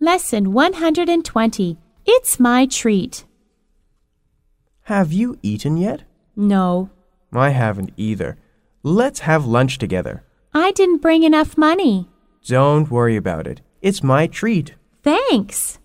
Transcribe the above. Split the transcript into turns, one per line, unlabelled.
Lesson 120 It's My Treat.
Have you eaten yet?
No,
I haven't either. Let's have lunch together.
I didn't bring enough money.
Don't worry about it. It's my treat.
Thanks.